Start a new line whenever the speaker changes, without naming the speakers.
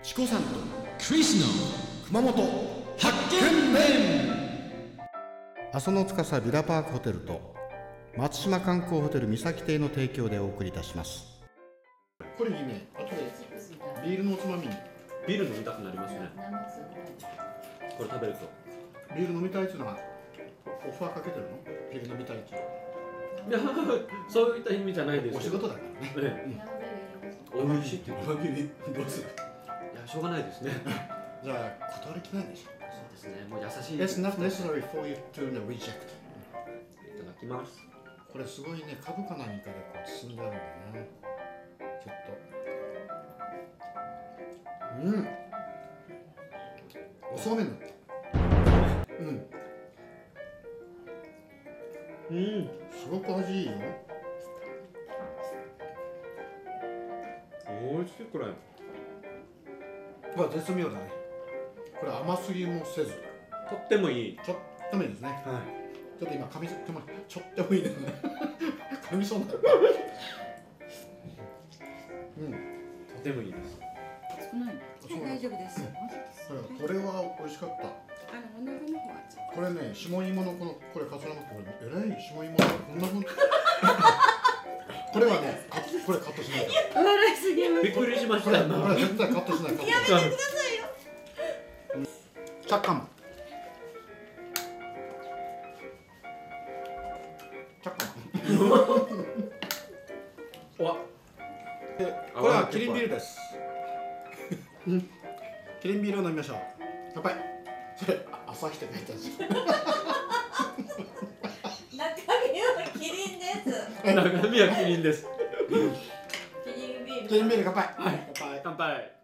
チコさんとクリスの熊本発見面
阿蘇の司ビラパークホテルと松島観光ホテル三崎邸の提供でお送りいたします
これいいねあとでビールのおつまみに
ビール飲みたくなりますね。これ食べると。
ビール飲みたいっつうのはオファーかけてるのビール飲みたいっつう
いや、そういった意味じゃないです
のお仕
けど。
事だからね
ええ、美味しいっていう。い
おビールどうする
や、しょうがないですね。
じゃあ断る気ないでしょ
そうですね。もう優しい。
It's
い
not necessary for you to reject
ただきます。
これすごいね株価なんかでこう包んであるんだねちょっとうんおそうめんだうん
うん。
すごく味いいよ
美味しいこれ。
これ絶妙だねこれ甘すぎもせず
とってもいい。
ちょっともいいですね
はい。
ちょっと今噛みそうちょっともいいですね 噛みそうになるうん
とてもいいです。
少ない。大丈夫です。
これは美味しかった
あのお鍋の方はちょっ
これね、下芋のこの、これかつらもこれ、えらい下芋のこんなふん。これはね、カットこれカットしないから。
と笑いすぎます。
びっくりしまし
これ、
た。
こ
今
れ絶対カットしない。カットしないチャッカマン。チャッカ
お
マ
わ
ン。これはキリンビールです。キリンビールを飲みましょう。乾杯。それ、あ朝日って書いてあるんですよ。
中身はキリンです。
中身はキリンです。
キリンビール。
キリンビール乾杯。乾杯。
乾杯。